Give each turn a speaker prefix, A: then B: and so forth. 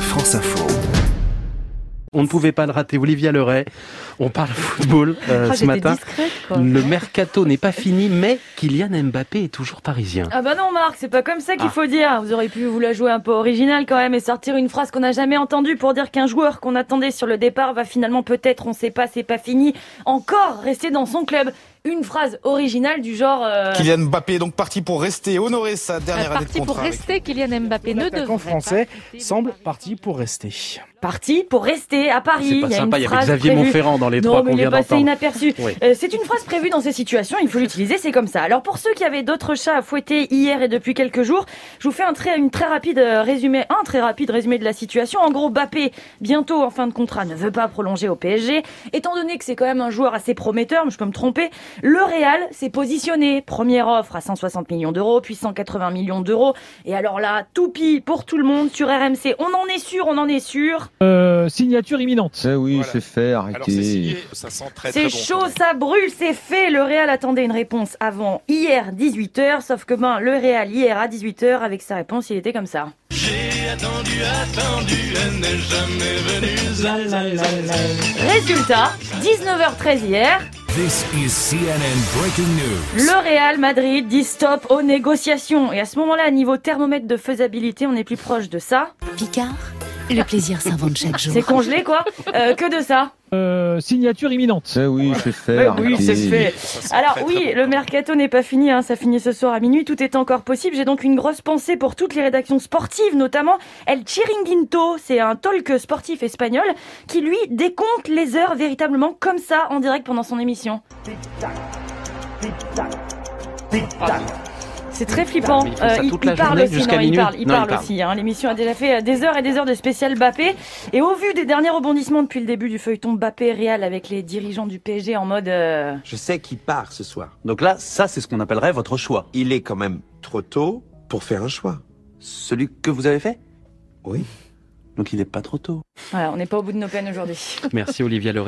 A: France Info.
B: On ne pouvait pas le rater. Olivia Leray, on parle football euh,
C: Ah,
B: ce
C: j'étais
B: matin.
C: discrète, quoi.
B: Le mercato n'est pas fini, mais Kylian Mbappé est toujours parisien.
C: Ah bah non Marc, c'est pas comme ça qu'il
B: Ah.
C: faut dire. Vous auriez pu vous la jouer un peu originale quand même et sortir une phrase qu'on n'a jamais entendue pour dire qu'un joueur qu'on attendait sur le départ va finalement peut-être, on sait pas, c'est pas fini, encore rester dans son club. Une phrase originale du genre... euh,
D: Kylian Mbappé est donc parti pour rester, honorer sa dernière année de
E: Euh, parti pour
D: contrat. avec-
E: rester, Kylian Mbappé ne devrait
F: L'attaquant
E: pas
F: français
E: quitter le
F: semble
E: Paris
F: parti pour rester.
C: Parti pour rester à Paris.
B: C'est pas
C: une
B: sympa, il y avait
C: phrase
B: Xavier
C: prévue.
B: Montferrand dans les
C: non,
B: trois
C: mais
B: qu'on
C: il est
B: vient
C: passé
B: d'entendre.
C: inaperçu.
B: Oui.
C: Euh, c'est une phrase prévue dans ces situations, il faut l'utiliser, c'est comme ça. Alors pour ceux qui avaient d'autres chats à fouetter hier et depuis quelques jours, je vous fais un très, une très rapide euh, résumé, un très rapide résumé de la situation. En gros, Bappé, bientôt en fin de contrat, ne veut pas prolonger au PSG. Étant donné que c'est quand même un joueur assez prometteur, mais je peux me tromper, le Real s'est positionné. Première offre à 160 millions d'euros, puis 180 millions d'euros. Et alors là, tout pis pour tout le monde sur RMC. On en est sûr, on en est sûr.
G: Euh, signature imminente.
H: Eh oui,
D: Voilà.
H: c'est fait,
D: Alors c'est
H: arrêtez.
D: signé, ça sent très très
C: C'est
D: bon.
C: chaud, ça brûle, c'est fait. Le Real attendait une réponse avant hier 18h, sauf que ben le Real hier à 18h avec sa réponse, il était comme ça. Résultat, 19h13 hier,
I: This is CNN breaking news.
C: le Real Madrid dit stop aux négociations. Et à ce moment-là, niveau thermomètre de faisabilité, on est plus proche de ça.
J: Picard, le plaisir s'invente chaque jour.
C: C'est congelé quoi, euh, que de ça.
G: Euh, signature imminente.
H: Eh oui, c'est fait,
C: Mais oui, c'est
H: arrêtez.
C: fait.
D: Ça sent
C: Alors
D: très, très
C: oui,
D: bon.
C: le mercato n'est pas fini, hein, ça finit ce soir à minuit, tout est encore possible. J'ai donc une grosse pensée pour toutes les rédactions sportives, notamment El Chiringuito, c'est un talk sportif espagnol qui lui décompte les heures véritablement comme ça en direct pendant son émission. C'est très flippant.
B: Mais ils font ça toute la
C: parle
B: journée
C: aussi,
B: jusqu'à
C: non, il
B: minuit
C: parle, il
B: Non, il
C: parle
B: parle.
C: aussi. hein. L'émission a déjà fait euh, des heures et des heures de spécial Bappé. Et au vu des derniers rebondissements depuis le début du feuilleton Bappé-Réal avec les dirigeants du PSG en mode... euh,
K: Je sais qu'il part ce soir.
B: Donc là, ça, c'est ce qu'on appellerait votre choix.
K: Il est quand même trop tôt pour faire un choix.
B: Celui que vous avez fait
K: Oui.
B: Donc il n'est pas trop tôt.
C: Voilà, on n'est pas au bout de nos peines aujourd'hui.
B: Merci Olivia Leray.